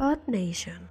Earth Nation.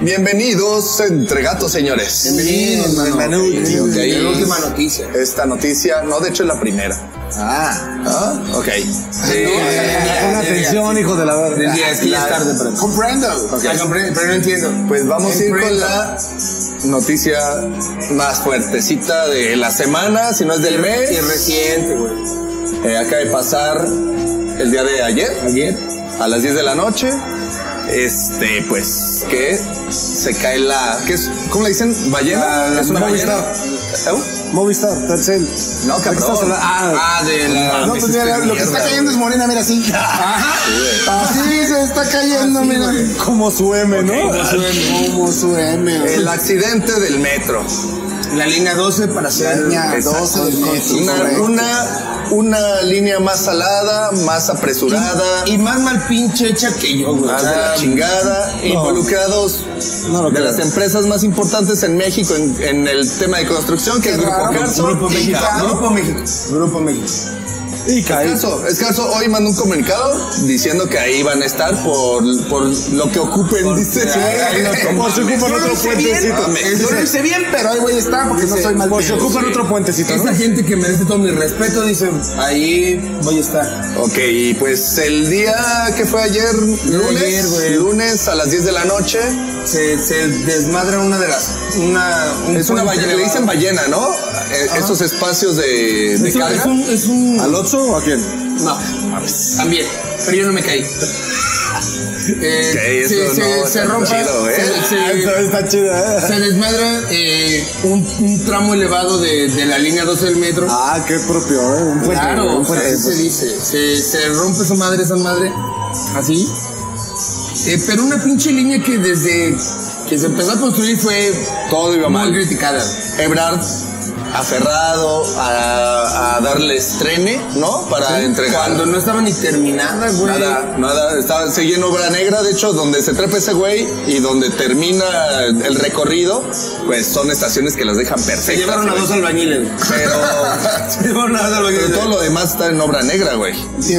Bienvenidos entre gatos, señores. Bienvenidos, mano. Bienvenidos. Ok, la última noticia. Esta noticia, no, de hecho es la primera. Ah. Ah, ok. Pon atención, hijo de Ah, la verga. es que ya es tarde para eso. Comprendo. Ok. Ah, compre- pero no entiendo. Pues vamos a ir con Comprendo. la noticia más fuertecita de la semana, si no es del mes. Que es reciente, güey. Eh, acaba de pasar el día de ayer. Ayer. A las 10 de la noche. Este, pues, que se cae la. ¿qué es? ¿Cómo le dicen? ¿Ballena? La- ¿Es una ballena? ¿Eh? Movistar, that's it. No, cabrón. estás hablando? Ah, de la. No, pues mira, lo que está cayendo es morena, mira así. Así se está cayendo, mira. Como su M, ¿no? Como su M. güey. El accidente del metro. La línea 12 para hacer. Ña, Exacto. 12 del metro, Una, correcto. una, una línea más salada, más apresurada, Y más mal pinche hecha que yo, güey. más O de sea, la chingada, involucrados No lo de creo. las empresas más importantes en México en, en el tema de construcción, que es Grupo raro, Carso. Grupo Y México. Carso. Grupo México. Grupo México. Y cae. Carso, es Carso, hoy mandó un comunicado diciendo que ahí van a estar por, por lo que ocupen, dice. Sí, ahí nos Por si ocupan Yo lo otro hice bien, Ah, puentecito. mames. Yo lo hice bien, pero ahí voy a estar porque no Dice, soy mal Por si pedo. ocupan otro puentecito, ¿no? Esa gente que merece todo mi respeto dice, ahí voy a estar. Ok, y pues el día que fue ayer, lunes, ayer, güey. lunes a las 10 de la noche, Se, se desmadra una de las... Una, un es una puente ballena, le dicen ballena, ¿no? Eh, Esos espacios de, de Es un- carga. es un- es un- ¿Al Oxxo o a quién? Ah, No, también. Pero yo no me caí. Eh, Ok, se, eso se- no se está rompe, chido, ¿eh? se, se- Ah, esta está chida, ¿eh? se desmadra eh, un, un tramo elevado de, de la línea 12 del metro. Ah, qué propio, ¿eh? Un puente. claro, un o sea, puente, así se dice. Se, se rompe su madre, esa madre, así. Eh, pero una pinche línea que desde que se empezó a construir fue Todo iba muy mal. criticada. Ebrard aferrado a, a darles trene, ¿no? Para entregar. Cuando no estaba ni terminada, güey. Nada, nada, estaba, seguía en obra negra, de hecho, donde se trepa ese güey y donde termina el recorrido, pues son estaciones que las dejan perfectas. Se llevaron a güey. dos albañiles. güey. Pero, Se llevaron a dos albañiles. pero todo lo demás está en obra negra, güey.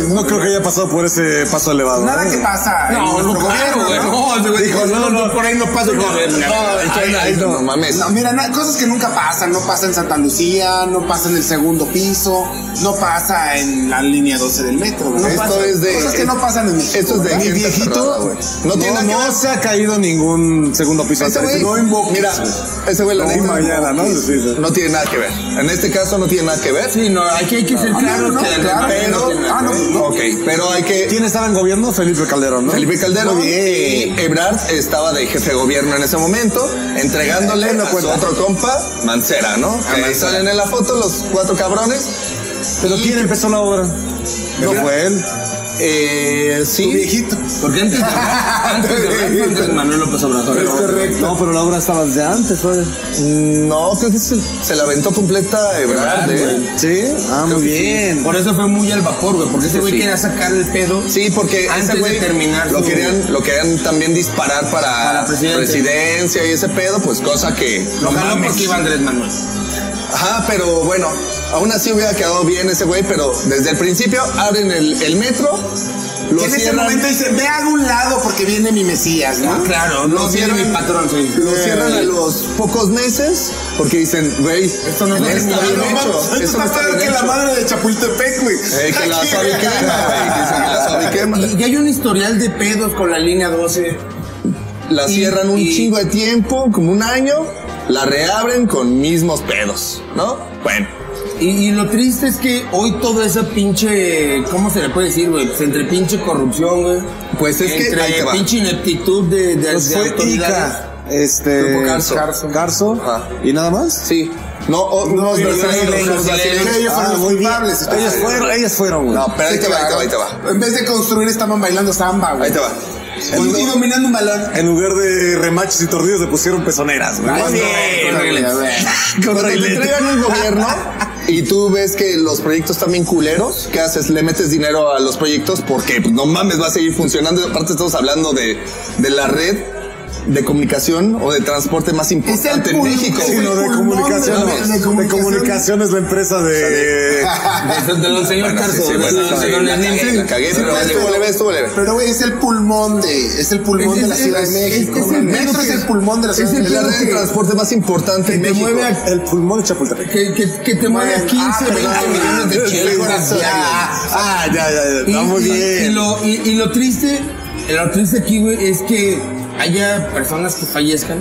No creo que haya pasado por ese paso elevado. ¿eh? pasa. No, no, claro, güey. No, ese güey dijo, no, no, por ahí no pasa. No, Ay, ay, no mames. No, mira, na- cosas que nunca pasan. No pasa en Santa Lucía, no pasa en el segundo piso, no pasa en la línea 12 del metro. ¿verdad? Esto Pasa- es de- Cosas que no pasan en México. Esto es de ¿verdad? gente Mi cerrada, güey. No No, tiene nada que no ver. se ha caído ningún segundo piso. Ese güey, Pues, No invoques. mira, ese güey la No neta, mañana, ¿no? Sí, sí. no tiene nada que ver. En este caso no tiene nada que ver. Ah, Sí, no, aquí hay que ser claros no, que el claro, albañil no pero, tiene nada ah, no, que ver. no. ok, pero hay que ¿Quién estaba en gobierno? Felipe Calderón, ¿no? Felipe Calderón Muy bien. y Ebrard estaba de jefe de gobierno en ese momento, entregándole Él no a su cuenta. otro compa, Mancera, ¿no? Que ahí salen en la foto los cuatro cabrones. ¿Pero quién empezó la obra? No fue él. Eh, sí. viejito. Porque antes de antes de hablar fue Andrés Manuel López Obrador. No, pero la obra estaba desde antes, fue. Mm, No, creo que se, se la aventó completa Ebrard. eh. ¿Sí? Ah, muy bien. Por eso fue muy al vapor, güey, porque ese güey Sí. quería sacar el pedo. Sí, porque Antes ese de güey terminar lo su- querían, lo querían también disparar para, Para presidente. presidencia y ese pedo, pues cosa que Lo jaló mames. porque iba Andrés Manuel. Ajá, pero bueno, aún así hubiera quedado bien ese güey, pero desde el principio abren el, el metro, lo En ese cierran, momento dice, ve a un lado porque viene mi Mesías, ¿no? Ah, Claro, no no tiene cierran- mi patrón, soy. lo cierran a los pocos meses porque dicen, güey, esto no está está bien bien hecho, Esto esto está no está peor bien que la hecho. madre de Chapultepec, güey. Eh, que la Aquí, suave güey. quema, güey, dicen que la suave quema. Y, y hay un historial de pedos con la línea 12. La Y- cierran un y- chingo de tiempo, como un año, la reabren con mismos pedos, ¿no? Bueno, Y, y lo triste es que hoy toda esa pinche, ¿cómo se le puede decir, güey? Pues entre pinche corrupción, güey. Pues es que entre ahí te va. pinche ineptitud de, de, Pues de fue autoridades. Ica. Este. Grupo Carso. Carso. Ajá. ¿Y nada más? sí, No, o- unos y los brasileños. brasileños, brasileños. ellos son Ah, los muy bien. culpables, entonces- Ellos fueron, ellos fueron, güey. No, pero ahí Sí, te va, ahí te claro. va, ahí te va. En vez de construir, estaban bailando samba, güey. Ahí te va. Pues Y y dominando un balón. En lugar de remaches y tornillos le pusieron pezoneras, güey. Ay, bien, no, bien. no, no, no. Con Cuando te reilete. entregan un gobierno y tú ves que los proyectos también culeros, ¿qué haces? Le metes dinero a los proyectos porque pues, no mames, va a seguir funcionando. Y Aparte estamos hablando de, de la red de comunicación o de transporte más importante en pul- México. es Sí, güey. no, de Pulmón, comunicación. güey, de De comunicación. comunicación es la empresa de. Del del señor Bueno, sí, Carso. sí, del bueno, señor sí, la Lenin. cagué, la cagué, Sí, pero pero vale, estuvo leve, estuvo leve. Pero güey, es el pulmón de, es el pulmón Es- de la es- Ciudad es- de México. es- es el el pedo metro es que- el pulmón de la es Ciudad de el Es la México. red de transporte más importante en Te México. mueve a- el pulmón de Chapultepec. Que, que, que te mueve a Ah, 15, perdón, 20 millones de sí, chelas corazón. diarias. Ah, ya, ya, ya. Y, Está muy y- y bien. lo, y, y lo triste, lo triste aquí, güey, es que haya personas que fallezcan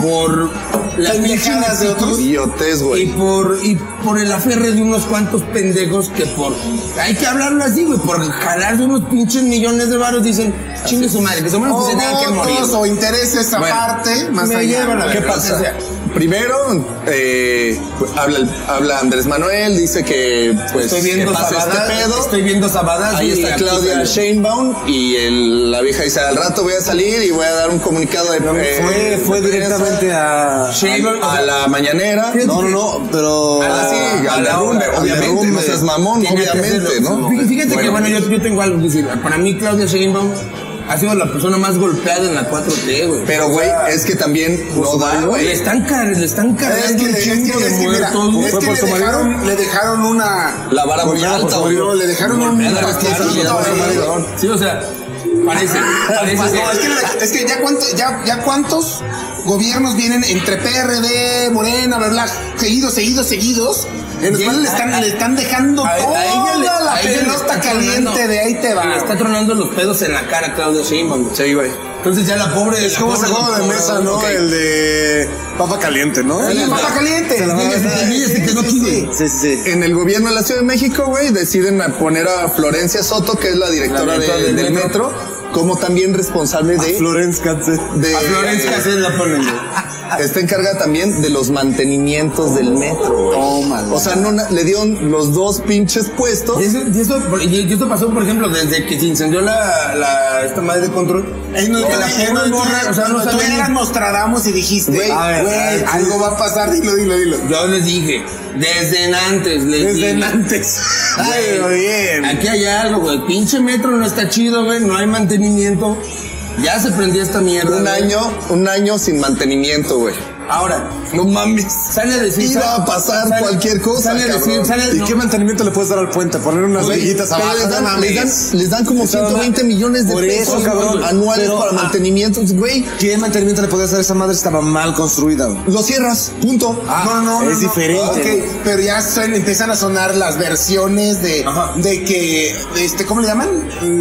por la pinche Pendejadas de otros. ineptitud Idiotez, y güey. por, y por el aferre de unos cuantos pendejos que por, hay que hablarlo así, güey, por jalarse unos pinches millones de varos dicen, chingue su madre, que se mueran, O que pues se tengan que morir. votos o intereses Bueno, aparte, más me allá. llevan a la ¿Qué verga, pasa? o sea, Primero, eh, pues, habla, el- habla Andrés Manuel, dice que pues Estoy viendo que pase Sabadá, este pedo. estoy viendo Sabadá. Ahí está Claudia Sheinbaum y el- la vieja dice, al rato voy a salir y voy a dar un comunicado de... eh, Fue, fue de prensa directamente a. Sheinbaum, a, a la mañanera. No, no, no, pero. Ah, sí, a al la derrumbe, hora, al obviamente, derrumbe. no seas mamón, Tenía que obviamente, hacerlo. ¿no? Fí- Fíjate que, bueno, Bueno, yo, yo tengo algo que decir. Para mí, Claudia Sheinbaum ha sido la persona más golpeada en la 4T, güey. Pero, güey, es que también Pues, no da, Le güey. están, car le están Es cargando que, un le- es que- chingo de es que, mira, muertos, güey. es que Fue por su le, marido. dejaron, le dejaron una... La vara muy Golpeada por alta, su güey. marido. no, le dejaron un... Golpeada por su responsabilidad marido. a su marido. Sí, o sea, parece. parece No, ser. es que, le- es que ya, cuánto- ya, ya cuántos gobiernos vienen entre PRD, Morena, bla, bla, seguidos, seguidos, seguidos, en los Sí, cuales le a- están, a- le están dejando A- a toda ella le- la a ella le pelota está caliente tronando- de ahí te va. Le está tronando los pedos en la cara a Claudia Sheinbaum. güey. Sí, güey. Entonces ya la pobre... Es como ese juego de mesa, ¿no? El de papa caliente, ¿no? La papa caliente. Se la va a gastar. Sí, sí, sí. En el gobierno de la Ciudad de México, güey, deciden a poner a Florencia Soto, que es la directora La directora de- del del metro. metro, como también responsable A de... Florence Cancel. de- A Florence Eh, Cassel la ponen, güey. Está encargada también de los mantenimientos del metro. güey. O sea, no, na- le dieron los dos pinches puestos. Y eso, y eso- y- y esto pasó, por ejemplo, desde que se incendió la, la- esta madre de control. En que la pobre morra, o sea, no tú sabía eras ni- Nostradamus y dijiste, Güey, a ver, güey, a ver, algo va a pasar, dilo, dilo, dilo. Yo les dije, desde antes les dije. Desde antes. Ay, pero bien. Aquí hay algo, güey. Pinche metro no está chido, güey. No hay mantenimiento. Ya se prendió esta mierda. Un güey. año, un año sin mantenimiento, güey. Ahora, No mames. sale a decir. Iba sale- a pasar sale- cualquier cosa. Sale a decir, cabrón. sale ¿Y no, qué mantenimiento le puedes dar al puente? Poner unas Güey, liguitas pero abajo. les, no dan, les, mames. dan, les dan como 120 millones de Por eso, pesos cabrón. anuales Pero, para ah, mantenimientos, güey. ¿Qué mantenimiento le podías dar a esa madre? Estaba mal construida. güey. Lo cierras, punto. no, no, no. es no. diferente. Ok, pero ya son- empiezan a sonar las versiones de, Ajá. de que, este, ¿cómo le llaman?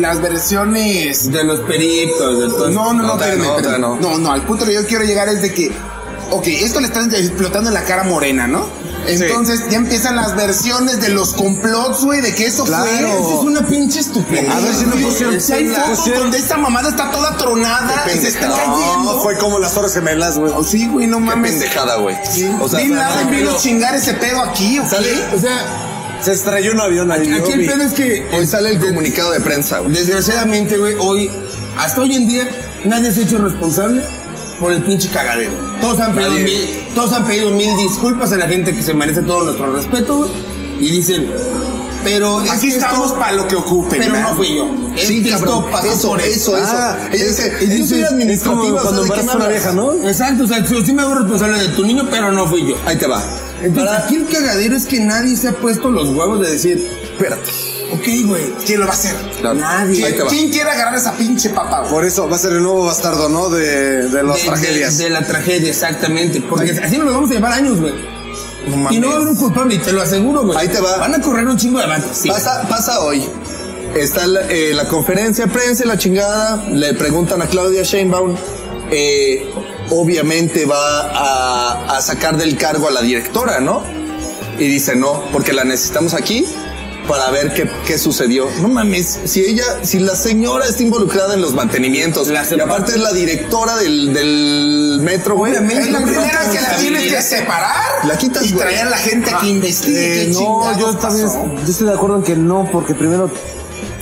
Las versiones De los peritos, de todo. No, Pues, no, no, todavía espérame, no, espérame. todavía no, no, al punto que yo quiero llegar es de que, ok, esto le están explotando en la cara morena, ¿no? Entonces ya empiezan las versiones de los complots, güey, de que eso Claro. fue. Eso es una pinche estupidez. A ver si no pusieron Si hay tela. fotos Pusieron- donde esta mamada está toda tronada y se está No, cayendo. fue como las torres gemelas, güey. Oh, sí, güey, no Qué mames. pendejada, güey. O sea, sale- Bin Laden vino a chingar ese pedo aquí, ¿o qué? O sea, Se estrelló un avión ahí. yo aquí vi. el pedo es que. hoy sale el comunicado de prensa, güey. Desgraciadamente, güey, hoy, hasta hoy en día, nadie se ha hecho responsable por el pinche cagadero. Todos han, pedido Nadie. mil, todos han pedido mil disculpas a la gente que se merece todo nuestro respeto, güey, y dicen, pero es Aquí que esto- estamos para lo que ocupen. pero ¿verdad? no fui yo. Es Sí, que cabrón, esto pasó eso, por eso, eso. Ah, Ella dice, y yo dice, soy es como administrativa, o sea, cuando ¿de qué me embarazas a una hablas? vieja, ¿no? Exacto, o sea, yo sí me hago responsable de tu niño, pero no fui yo. Ahí te va. Entonces, aquí el cagadero es que nadie se ha puesto los huevos de decir, Espérate. ok, güey, ¿Quién lo va a hacer? Claro. Nadie. Ahí te ¿Quién, va. quién quiere agarrar esa pinche papa, güey? Por eso va a ser el nuevo bastardo, ¿no? De, de las de, tragedias. de- de la tragedia, exactamente. Porque así nos lo vamos a llevar años, güey. y no va a haber un culpable, y te lo aseguro, güey. Ahí te va. Van a correr un chingo de bandas. Sí. Pasa, pasa hoy. Está la, eh, la conferencia de prensa y la chingada. Le preguntan a Claudia Sheinbaum. eh, obviamente va a, a sacar del cargo a la directora, ¿no? Y dice no, porque la necesitamos aquí para ver qué, qué sucedió. No mames, si ella, si la señora está involucrada en los mantenimientos, y aparte es la directora del, del metro, güey. Es la primera que la tienes que separar La quitas, y güey. Ah, traer a la gente que este, investigue. Eh, qué no, chingados yo también pasó. yo estoy de acuerdo en que no, porque primero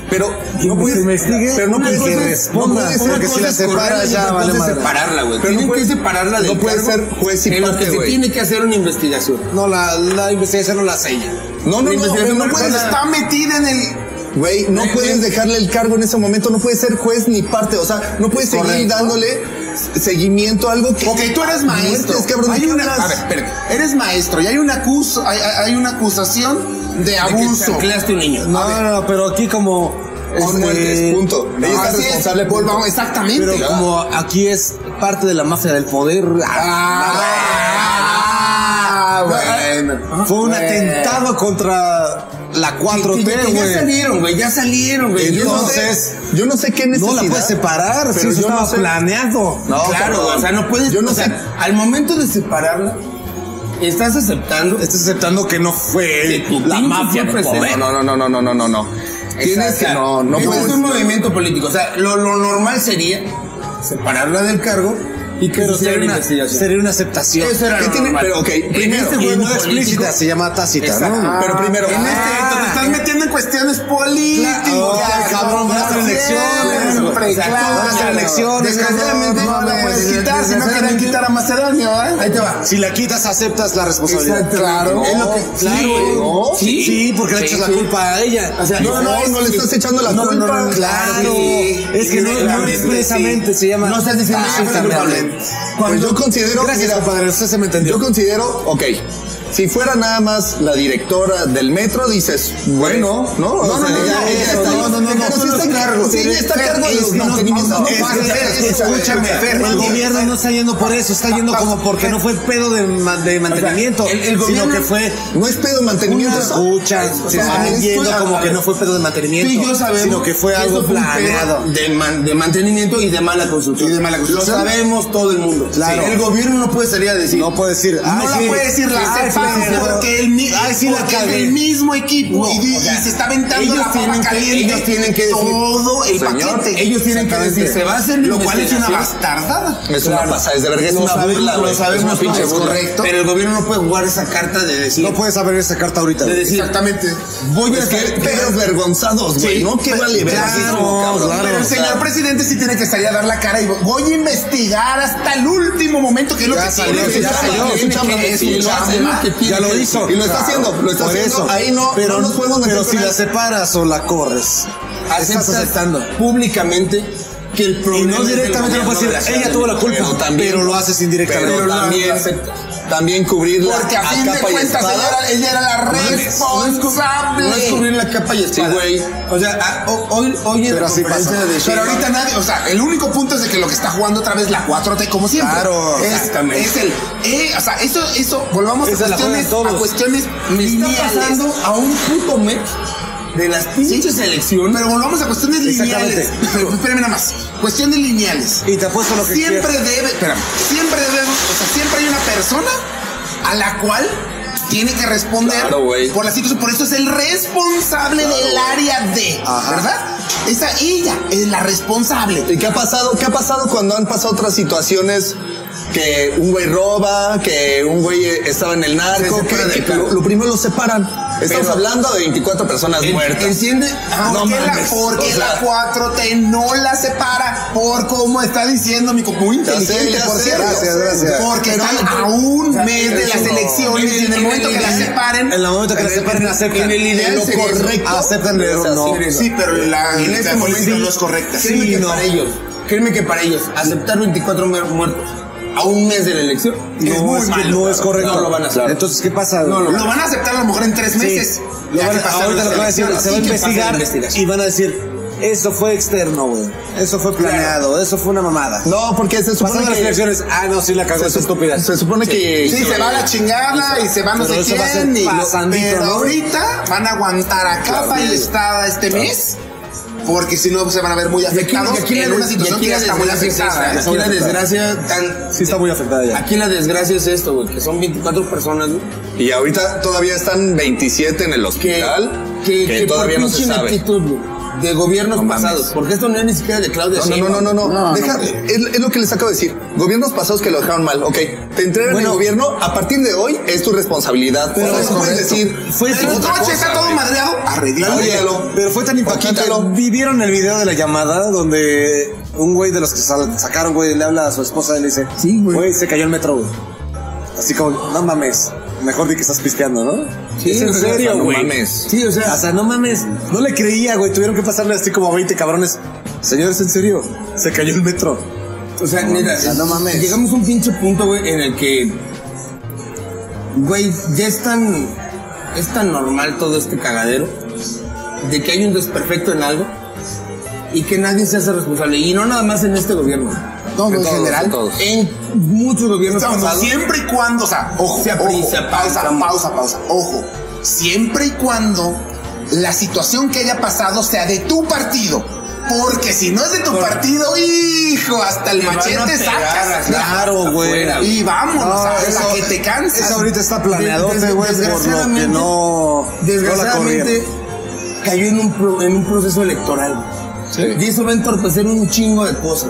Pero Que no puedes, se investigue pero no y puedes que responda, no puedes porque ser si la juez, separa, correr, ya no vale puedes madre. Separarla, güey. Pero Tienen no puede- que separarla del no puede cargo ser juez y en lo parte, que se güey. tiene que hacer una investigación. no la, la investigación no la sella. No, no, no, pero no Pues puedes está metida en el. Güey, no Ven, puedes ven. dejarle el cargo en ese momento, no puedes ser juez ni parte, o sea, no puedes seguir Correcto. dándole seguimiento a algo que... Ok, tú eres maestro. Muertes, cabrón, ¿de hay qué una, hablas? a ver, espérate. Eres maestro y hay una, acus- hay, hay- hay una acusación de abuso. Chanclaste un niño. No, no, no, pero aquí como este, Son Eh, muertes, punto. Ella Así está es, responsable, punto. volvamos, exactamente. Pero como aquí es parte de la mafia del poder. Ah, bueno. Fue un Bueno. atentado contra la Que- que- 4T, que ya güey. salieron, güey, ya salieron, güey. Yo no sé- Entonces, Yo no sé qué necesidad... no la puedes separar, Pero si eso yo no estaba sé. planeado. No, claro, cabrón. o sea, no puedes. Yo no o sea, sé. Al momento de separarla, estás aceptando Estás aceptando que no fue que tu la pinche mafia jefe del se- poder. No, no, no, no, no, no, no, no. Tienes que... Exacto. No, no Este puedes... es un movimiento político. O sea, lo, lo normal sería separarla del cargo y que Pero se hiciera sería una una, investigación. sería una aceptación. Eso era ¿Qué lo tiene- normal. pero, ok, En primero, este y Y juego no explícita, político- se llama tácita, Exacto. ¿no? Ah, Pero primero... En este, te estás metiendo en cuestiones políticas. Claro, cabrón, vas a hacer elecciones, Siempre, güey. claro. Vas a hacer elecciones, Desgraciadamente no cabrón, la mames, puedes quitar, si no querían desgraciadamente. quitar a Macedonio, ¿eh? Ahí te va. Si la quitas, aceptas la responsabilidad. Exacto, claro. No, Es lo que- claro. Sí. Sí, porque le Sí, echas la sí. culpa a ella. O sea, No, no, no le estás echando la no, no, culpa. no, no, claro. Sí. Es que no, no Exactamente, expresamente se llama. Ah, No estás diciendo tácita, que fue culpable. man. Pues yo considero... Gracias, mira, compadre. Usted se me entendió. Yo considero, ok, si fuera nada más la directora del metro, dices, bueno, ¿no? O sea, no, ya no, ella eso, está- no, no, no, pero no, sí no, está- cargos, sí, ella está a cargo de Es los que no- mantenimientos. no, Es no, que- es que- escúchame, Fer, El gobierno no está yendo por eso, está yendo como porque no fue pedo de, ma- de mantenimiento, el- el sino gobierno- que fue no es pedo una mantenimiento. ¿sabes? escucha, se o sea, están es- yendo como que no fue pedo de mantenimiento, Tú y yo sabemos sino que fue que algo eso fue un pedo planeado. De, man- de mantenimiento y de mala construcción. Y de mala construcción. Lo sabemos todo el mundo. Claro. El gobierno no puede salir a decir. No puede decir, No la puede decir la cepa, porque el mi- Ay, sí la porque es cagué. del mismo equipo No, y, di- o sea, y se está aventando ellos la papa tienen que- caliente. ellos tienen que decir, todo el señor, paquete. Ellos tienen que decir, se va a hacer la lo cual es una investigación. bastardada. Es una pasada, es de verga, es Lo una sabemos, burla, lo güey, sabemos, es una no, pinche es burla. correcto. Pero el gobierno no puede jugar esa carta de decir. pues, No puedes saber esa carta ahorita. de decir Exactamente. voy a Es que hacer- quedas vergonzados, güey, Sí. ¿no? Qué Pero- vale ver. claro, Pero el señor presidente sí tiene que salir a dar la cara y vo- voy a investigar hasta el último momento que es lo Ya que salió, tiene que ya hacer. salió, Tiene su chamba, que sí, escuchar lo hace, más. ¿no? Ya lo hizo. Y lo está haciendo, lo está Por haciendo. eso. Ahí no, pero, no nos podemos meter pero con si él. la separas o la corres, estás aceptas aceptando. públicamente que el Y problema no es del directamente no puedes gobierno de decir, la ella ciudad". tuvo la culpa, pero, Pero también- lo haces indirectamente. Pero también, también cubrirla Porque a a fin de capa y cuentas ella espada. era, ella era la responsable. No es cubrir la capa y espada. Sí, güey. O sea, ah, ho- hoy, hoy en Pero la así conferencia pasa. de Pero Sheinbaum- ahorita nadie, o sea, el único punto es de que lo que está jugando otra vez la 4T como siempre. Claro, Es- exactamente. Es, el, eh, o sea, eso, eso, volvamos a Esa la cuestiones, juegan todos. a cuestiones me está lineales. pasando a un puto mes de las pinches elecciones. Pero volvamos a cuestiones Exactamente. lineales. Pero espérame nada más. Cuestiones lineales. Y te apuesto lo que Siempre quieras. debe, espérame, siempre debe, o sea, siempre hay una persona a la cual tiene que responder Claro, güey. por la situación. Por eso es el responsable del área D, Ajá. ¿verdad? Esa ella es la responsable. ¿Y qué ha pasado? ¿Qué ha pasado cuando han pasado otras situaciones que un güey roba, que un güey estaba en el narco, Se que, separa del que cargo. lo, lo primero lo separan? Estamos Pero- hablando de 24 personas En- muertas. ¿Entiende? Ah, No porque la, mames, porque o sea- la 4T no la separa por como está diciendo mi compu inteligente, sé, ya por sé, cierto. gracias, gracias. Porque Pero están no- a un sea, mes de eso las no. elecciones y en el momento que la separen. En el momento que la en el- separen, la aceptan. en el ideal lo sería eso. correcto. Pero Aceptan pero es así, no. mira, Sí, pero la en este la momento política sí. no es correcta. Créeme Sí, que no. para ellos, créeme que para ellos, aceptar 24 mu- muertos a un mes de la elección No, es muy es que malo. no es correcto. No lo van a hacer. Entonces, ¿qué pasa? No lo Lo van a aceptar a lo mejor en tres meses. Lo ya van- que pasaron ahorita las lo que van a decir, elecciones. se va a Sí, que pase la investigar investigación. y van a decir, eso fue externo, güey. Eso fue planeado, eso fue una mamada. No, porque se supone Pasando las que... elecciones, ah, no, sí la cagó, es estúpida. Se supone que... Sí, se va a la chingada y se va no Pero sé eso va a ser quién. y lo- pasandito, pero ¿no? ahorita van a aguantar a capa y estada este mes porque si no se van a ver muy Y aquí, afectados y aquí la, en una y situación aquí que ya la está muy desgracia es afectada. esta, ¿eh? Aquí la desgracia tan- Sí está muy afectada ya. Aquí la desgracia es esto, güey, que son 24 personas, güey. Y ahorita todavía están 27 en el que, hospital, que, que, que todavía por no se pinche sabe. ineptitud, güey, de gobiernos pasados, porque esto no es ni siquiera de Claudia No, no, Sheinbaum. no, no, no, no. no, Deja, es, es lo que les acabo de decir. Gobiernos pasados que lo dejaron mal, ok. Te entregan Bueno. el gobierno, a partir de hoy es tu responsabilidad. Pero es no puedes correcto. decir, Fue "Es Pero el otra coche cosa, está todo güey". madreado, arreglado. Arréglalo. Pero fue tan impactante. Quítalo. ¿Vivieron el video de la llamada donde un güey de los que sal- sacaron, güey, le habla a su esposa y le dice: Sí, güey. Güey, se cayó el metro, güey. Así como, no mames. Mejor di que estás pisteando, ¿no? Sí, es en o sea, serio, No güey. mames. Sí, o sea, O sea, no mames. No le creía, güey. Tuvieron que pasarle así como 20 cabrones. Señores, en serio. Se cayó el metro. o sea, neta, sea, no mames. llegamos a un pinche punto, güey, en el que, güey, ya es tan, es tan normal todo este cagadero, de que hay un desperfecto en algo y que nadie se hace responsable, y no nada más en este gobierno, No, no, en todos, general. en todos. en muchos gobiernos Estamos pasados. siempre y cuando, o sea, ojo, Se apri- ojo, se pausa, apri- pausa, pausa, ojo, siempre y cuando la situación que haya pasado sea de tu partido. Porque si no es de tu Correcto. partido, hijo, hasta el Te van a machete pegar sacas. hasta Claro, güey. afuera, Y vámonos, No, a eso- que te cansas. Eso ahorita está planeadote, Des- güey, por lo que desgraciadamente- no. desgraciadamente cayó en un, pro- en un proceso electoral. güey. Y eso va a entorpecer un chingo de cosas.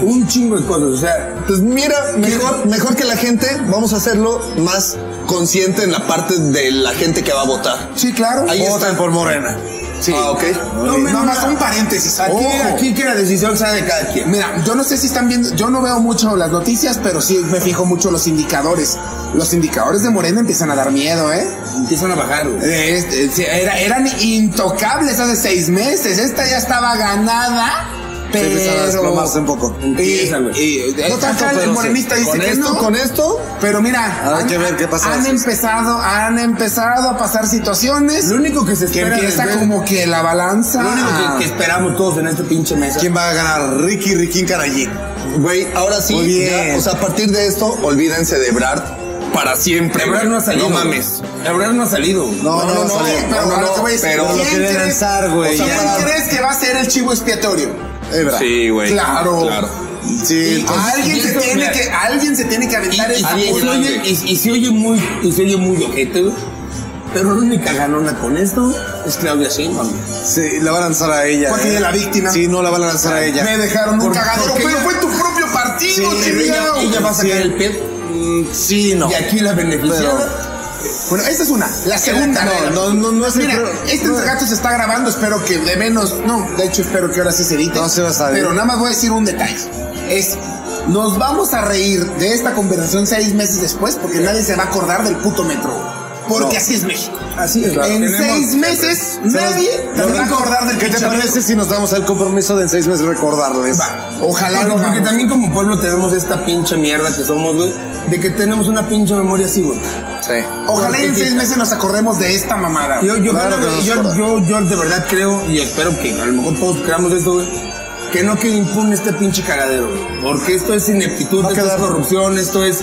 güey. Un chingo de cosas. O sea, Pues mira, mejor, mejor que la gente, vamos a hacerlo más consciente en la parte de la gente que va a votar. Sí, claro. Ahí Voten está. por Morena. Sí. Ah, ok. No, Tomen nada una- más un paréntesis. aquí, ojo. aquí que la decisión sea de cada quien. Mira, yo no sé si están viendo, yo no veo mucho las noticias, pero sí me fijo mucho los indicadores. Los indicadores de Morena empiezan a dar miedo, ¿eh? Empiezan a bajar, güey. Eh, este, sí, era- eran intocables hace seis meses. Esta ya estaba ganada, Se empiezan a pero. desplomarse un poco. Y- Empiezan, güey. y- No acá tanto, el pero sí. morenista dice Con que esto, no. con esto, Pero mira, Hay que ver qué pasa han después. empezado, han empezado a pasar situaciones Lo único que se que espera empieza desde- como que la balanza. lo único que, que esperamos todos en este pinche mesa. ¿Quién va a ganar? Ricky, Ricky Carallín. güey, ahora sí, Muy bien. ya, o sea, a partir de esto, olvídense de Brad para siempre. Ebrard güey. no ha salido. No mames. Ebrard no ha salido. No, no, no, no, salió. pero no, a lo no, que voy a decir, pero ¿quién lo quiere crees- lanzar, güey, o sea, ya. ¿Quién crees que va a ser el chivo expiatorio? Ebra. Sí, güey. Claro. Sí, entonces- alguien, y se esto, tiene mira, que, alguien se tiene que Y, aventar el y- y se oye, y- y se oye muy, y se oye muy ojete, güey. Pero la única ganona con esto es Claudia Sheinbaum. güey. sí, la va a lanzar a ella. Porque ¿eh? ella es la víctima. Sí, no la va a lanzar a ella. Me dejaron un Por- cagadero, porque pero ella- fue tu propio partido, Pero chingado. ella, ella va a sacar Sí. el pet Mm, Sí, no. y aquí la beneficiada. Bueno, esta es una. La segunda. no, regla. no, no, no es el Mira, pro- este no. gato se está grabando, espero que de menos. No, de hecho, espero que ahora sí se edite. No se va a saber. Pero nada más voy a decir un detalle. Es. Nos vamos a reír de esta conversación seis meses después porque nadie se va a acordar del puto metro. Porque No. así es México. Así es. en tenemos- seis meses Eh, nadie se va a acordar del ¿Qué te pinche parece si nos damos el compromiso de en seis meses recordarles? metro. Ojalá Claro, no. porque también como pueblo tenemos esta pinche mierda que somos, güey, de que tenemos una pinche memoria así, güey. Sí. Ojalá y en Porque- seis meses nos acordemos de esta mamada. Yo, yo, Claro creo, que nos yo- acorda. yo- yo de verdad creo y espero que a lo mejor todos creamos esto, güey, que no quede impune este pinche cagadero, güey, porque esto es ineptitud, Va a esto es quedar- corrupción, esto es,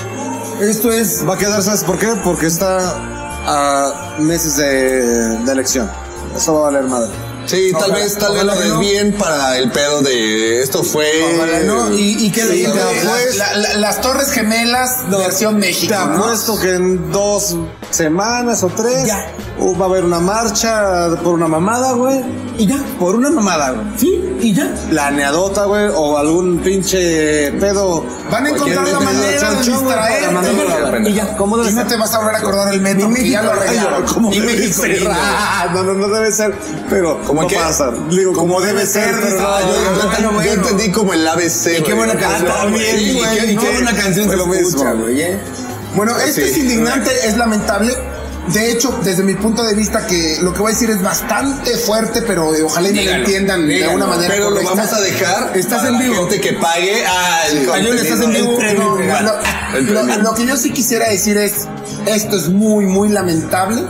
esto es, Va a quedar, ¿sabes por qué? Porque está a meses de, de elección. Eso va a valer madre. Sí, tal Ojalá- vez, tal vez ojalá lo que no. desvíen para el pedo de esto fue. ojalá, ¿no? Y, y que la Sí, gente güey, afuera- la- la- la- las Torres Gemelas, versión Te México. ¿no? apuesto que en dos semanas o tres Ya. uh, va a haber una marcha por una mamada, güey. y ya, Por una mamada, güey. sí, y ya. Planeadota, güey, o algún pinche pedo. Van a encontrar Cualquier la manera de chonchón, güey, para distraerte. mandarlo a la verga. Y ya. ¿Cómo debe Y no ser? te vas a volver a acordar el metro, porque ya lo arreglaron. Ay, ¿Cómo Y debe México ser? lindo. Ah, No, no, no debe ser, pero ¿Cómo no qué? pasa. Digo, como debe ser, ser, pero Ah, no, yo, no, yo no, entendí- yo entendí como el ABC. Y qué güey. buena canción. Ah, también, güey, y güey, qué- y ¿no? qué buena canción Fue se lo escucha, mismo. güey, ¿eh? ah. Bueno, Sí. esto es indignante, es lamentable. De hecho, desde mi punto de vista, que lo que voy a decir es bastante fuerte, pero eh, ojalá y me lo Dígalo, entiendan de dígalo. alguna manera. Pero lo correcta. vamos a dejar. Estás para en la vivo. Gente que pague. al Ayun, estás en contenido. vivo. El premio No, legal. lo- El lo, premio. lo que yo sí quisiera decir es, esto es muy, muy lamentable,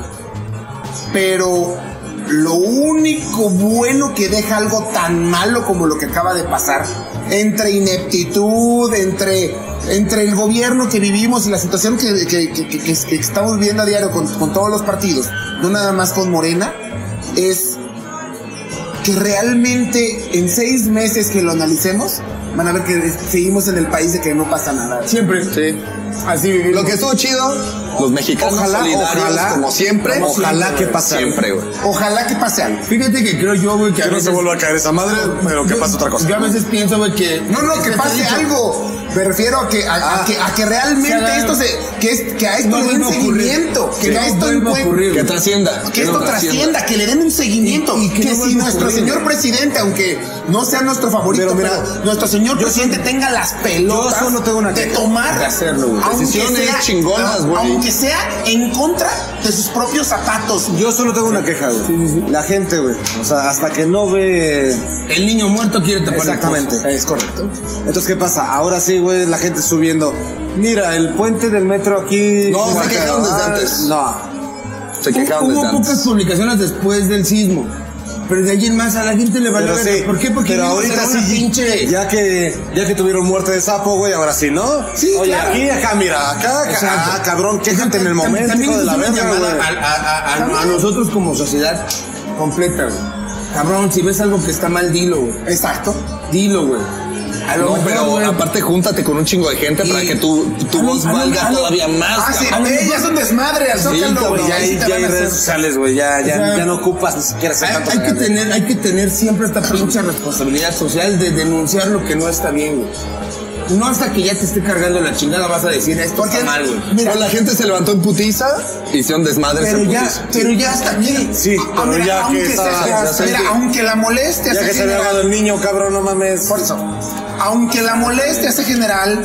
pero lo único bueno que deja algo tan malo como lo que acaba de pasar, entre ineptitud, entre, entre el gobierno que vivimos y la situación que, que- que- que- que- que estamos viviendo a diario con, con todos los partidos, no nada más con Morena, es que realmente en seis meses que lo analicemos, van a ver que seguimos en el país de que no pasa nada. Siempre. Sí. Así vivimos. Lo que estuvo chido, los mexicanos Ojalá, solidarios, ojalá. como siempre. Como Ojalá siempre, que güey. pase. Siempre, güey. Ojalá que pase algo. Fíjate que creo yo, güey, que a Que no veces... se vuelva a caer esa madre, pero que Yo- pase otra cosa. Yo a veces pienso, güey, que... No, no, que Está pase dicho. algo. Me refiero a que, a, a Ah. que, a que Se realmente haga- esto se. Que, es- que a esto No le den vuelva a ocurrir. seguimiento. Que Sí. a No esto vuelva a encuent- ocurrir. Que trascienda. Que esto no trascienda, que le den un seguimiento. Y- y que que no si vuelva a nuestro ocurrir. señor presidente, aunque no sea nuestro favorito, Pero pero, mira, nuestro señor presidente tenga las pelotas yo solo tengo una de queja. tomar De hacerlo, güey. aunque Decisiones sea- chingonas, güey. Aunque sea en contra de sus propios zapatos. Yo solo tengo una queja, güey. La gente, güey. O sea, hasta que no ve. El niño muerto quiere tapar el Exactamente. pozo. Es correcto. Entonces, ¿qué pasa? Ahora sí, güey, la gente subiendo. Mira, el puente del metro aquí. No, se Ah, se quejaron desde antes. No. Se quejaron Hubo desde antes. pocas publicaciones después del sismo. Pero de allí en más a la gente le valió Pero verga. sí. ¿Por qué? Porque pero vivimos en ahorita una sí. pinche... Ya que, ya que tuvieron muerte de sapo, güey, ahora sí, ¿no? Sí, Oye, claro. aquí, acá, mira, acá, acá. Exacto. Ah, cabrón, quéjate en el Tam- momento, También hijo eso de es la una verga, llamada güey. a, a- a- a- a nosotros como sociedad completa, güey. Cabrón, si ves algo que está mal, dilo, güey. Exacto. Dilo, güey. A lo Ah, No, mejor, pero güey, aparte júntate con un chingo de gente Y- para que tu, tu A lo- voz a lo- valga a lo- todavía más. Ah, sí, cabrón. eh, ya es un desmadre al Sí, Zócalo, cabrón, güey. ya, Ahí sí hay- te ya van hay a hacer- redes sociales, güey. Ya, ya, O sea, ya no ocupas ni siquiera hacer hay, tanto hay que regaño. tener, hay que tener siempre esta pinche responsabilidad social de denunciar lo que no está bien, güey. No hasta que ya te esté cargando la chingada vas a decir esto Porque- está mal, güey. mira. O la gente se levantó en putiza, hicieron desmadres Pero en ya, putiza. pero ya hasta aquí. Sí, pero ah, mira, ya que aunque está- se- ya se- mira, aunque la molestia Ya sea que se había general, ahogado el niño, cabrón, no mames. por eso, aunque la molestia sea general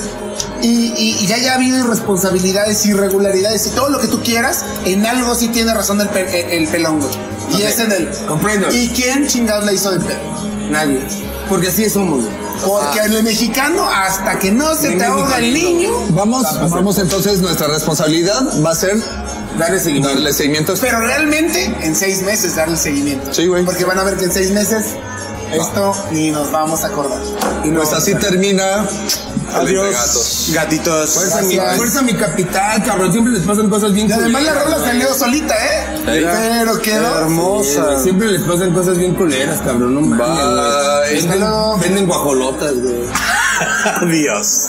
y, y- y ya haya habido irresponsabilidades, irregularidades y todo lo que tú quieras, en algo sí tiene razón el, pe- el, el pelón, güey. Y es en el. comprendo. ¿Y quién chingados le hizo de pedo? Nadie. Porque así somos, güey. Porque el mexicano, hasta que no se Ni te ahoga el mexicano. niño, Vamos, vamos entonces, nuestra responsabilidad va a ser Darle seguimiento. darle seguimiento. pero realmente en seis meses darle seguimiento. Sí, güey. Porque van a ver que en seis meses esto ni nos vamos a acordar. Y pues así termina. Gatos. Adiós, gatitos. Fuerza mi, Gracias. fuerza mi capital, cabrón. Siempre les pasan cosas bien Y además la culeras, rola güey. salió solita, ¿eh? Mira. Pero quedó. Hermosa. Siempre les pasan cosas bien culeras, cabrón. No mames. güey. Bye. Venden, venden guajolotas, güey. Adiós.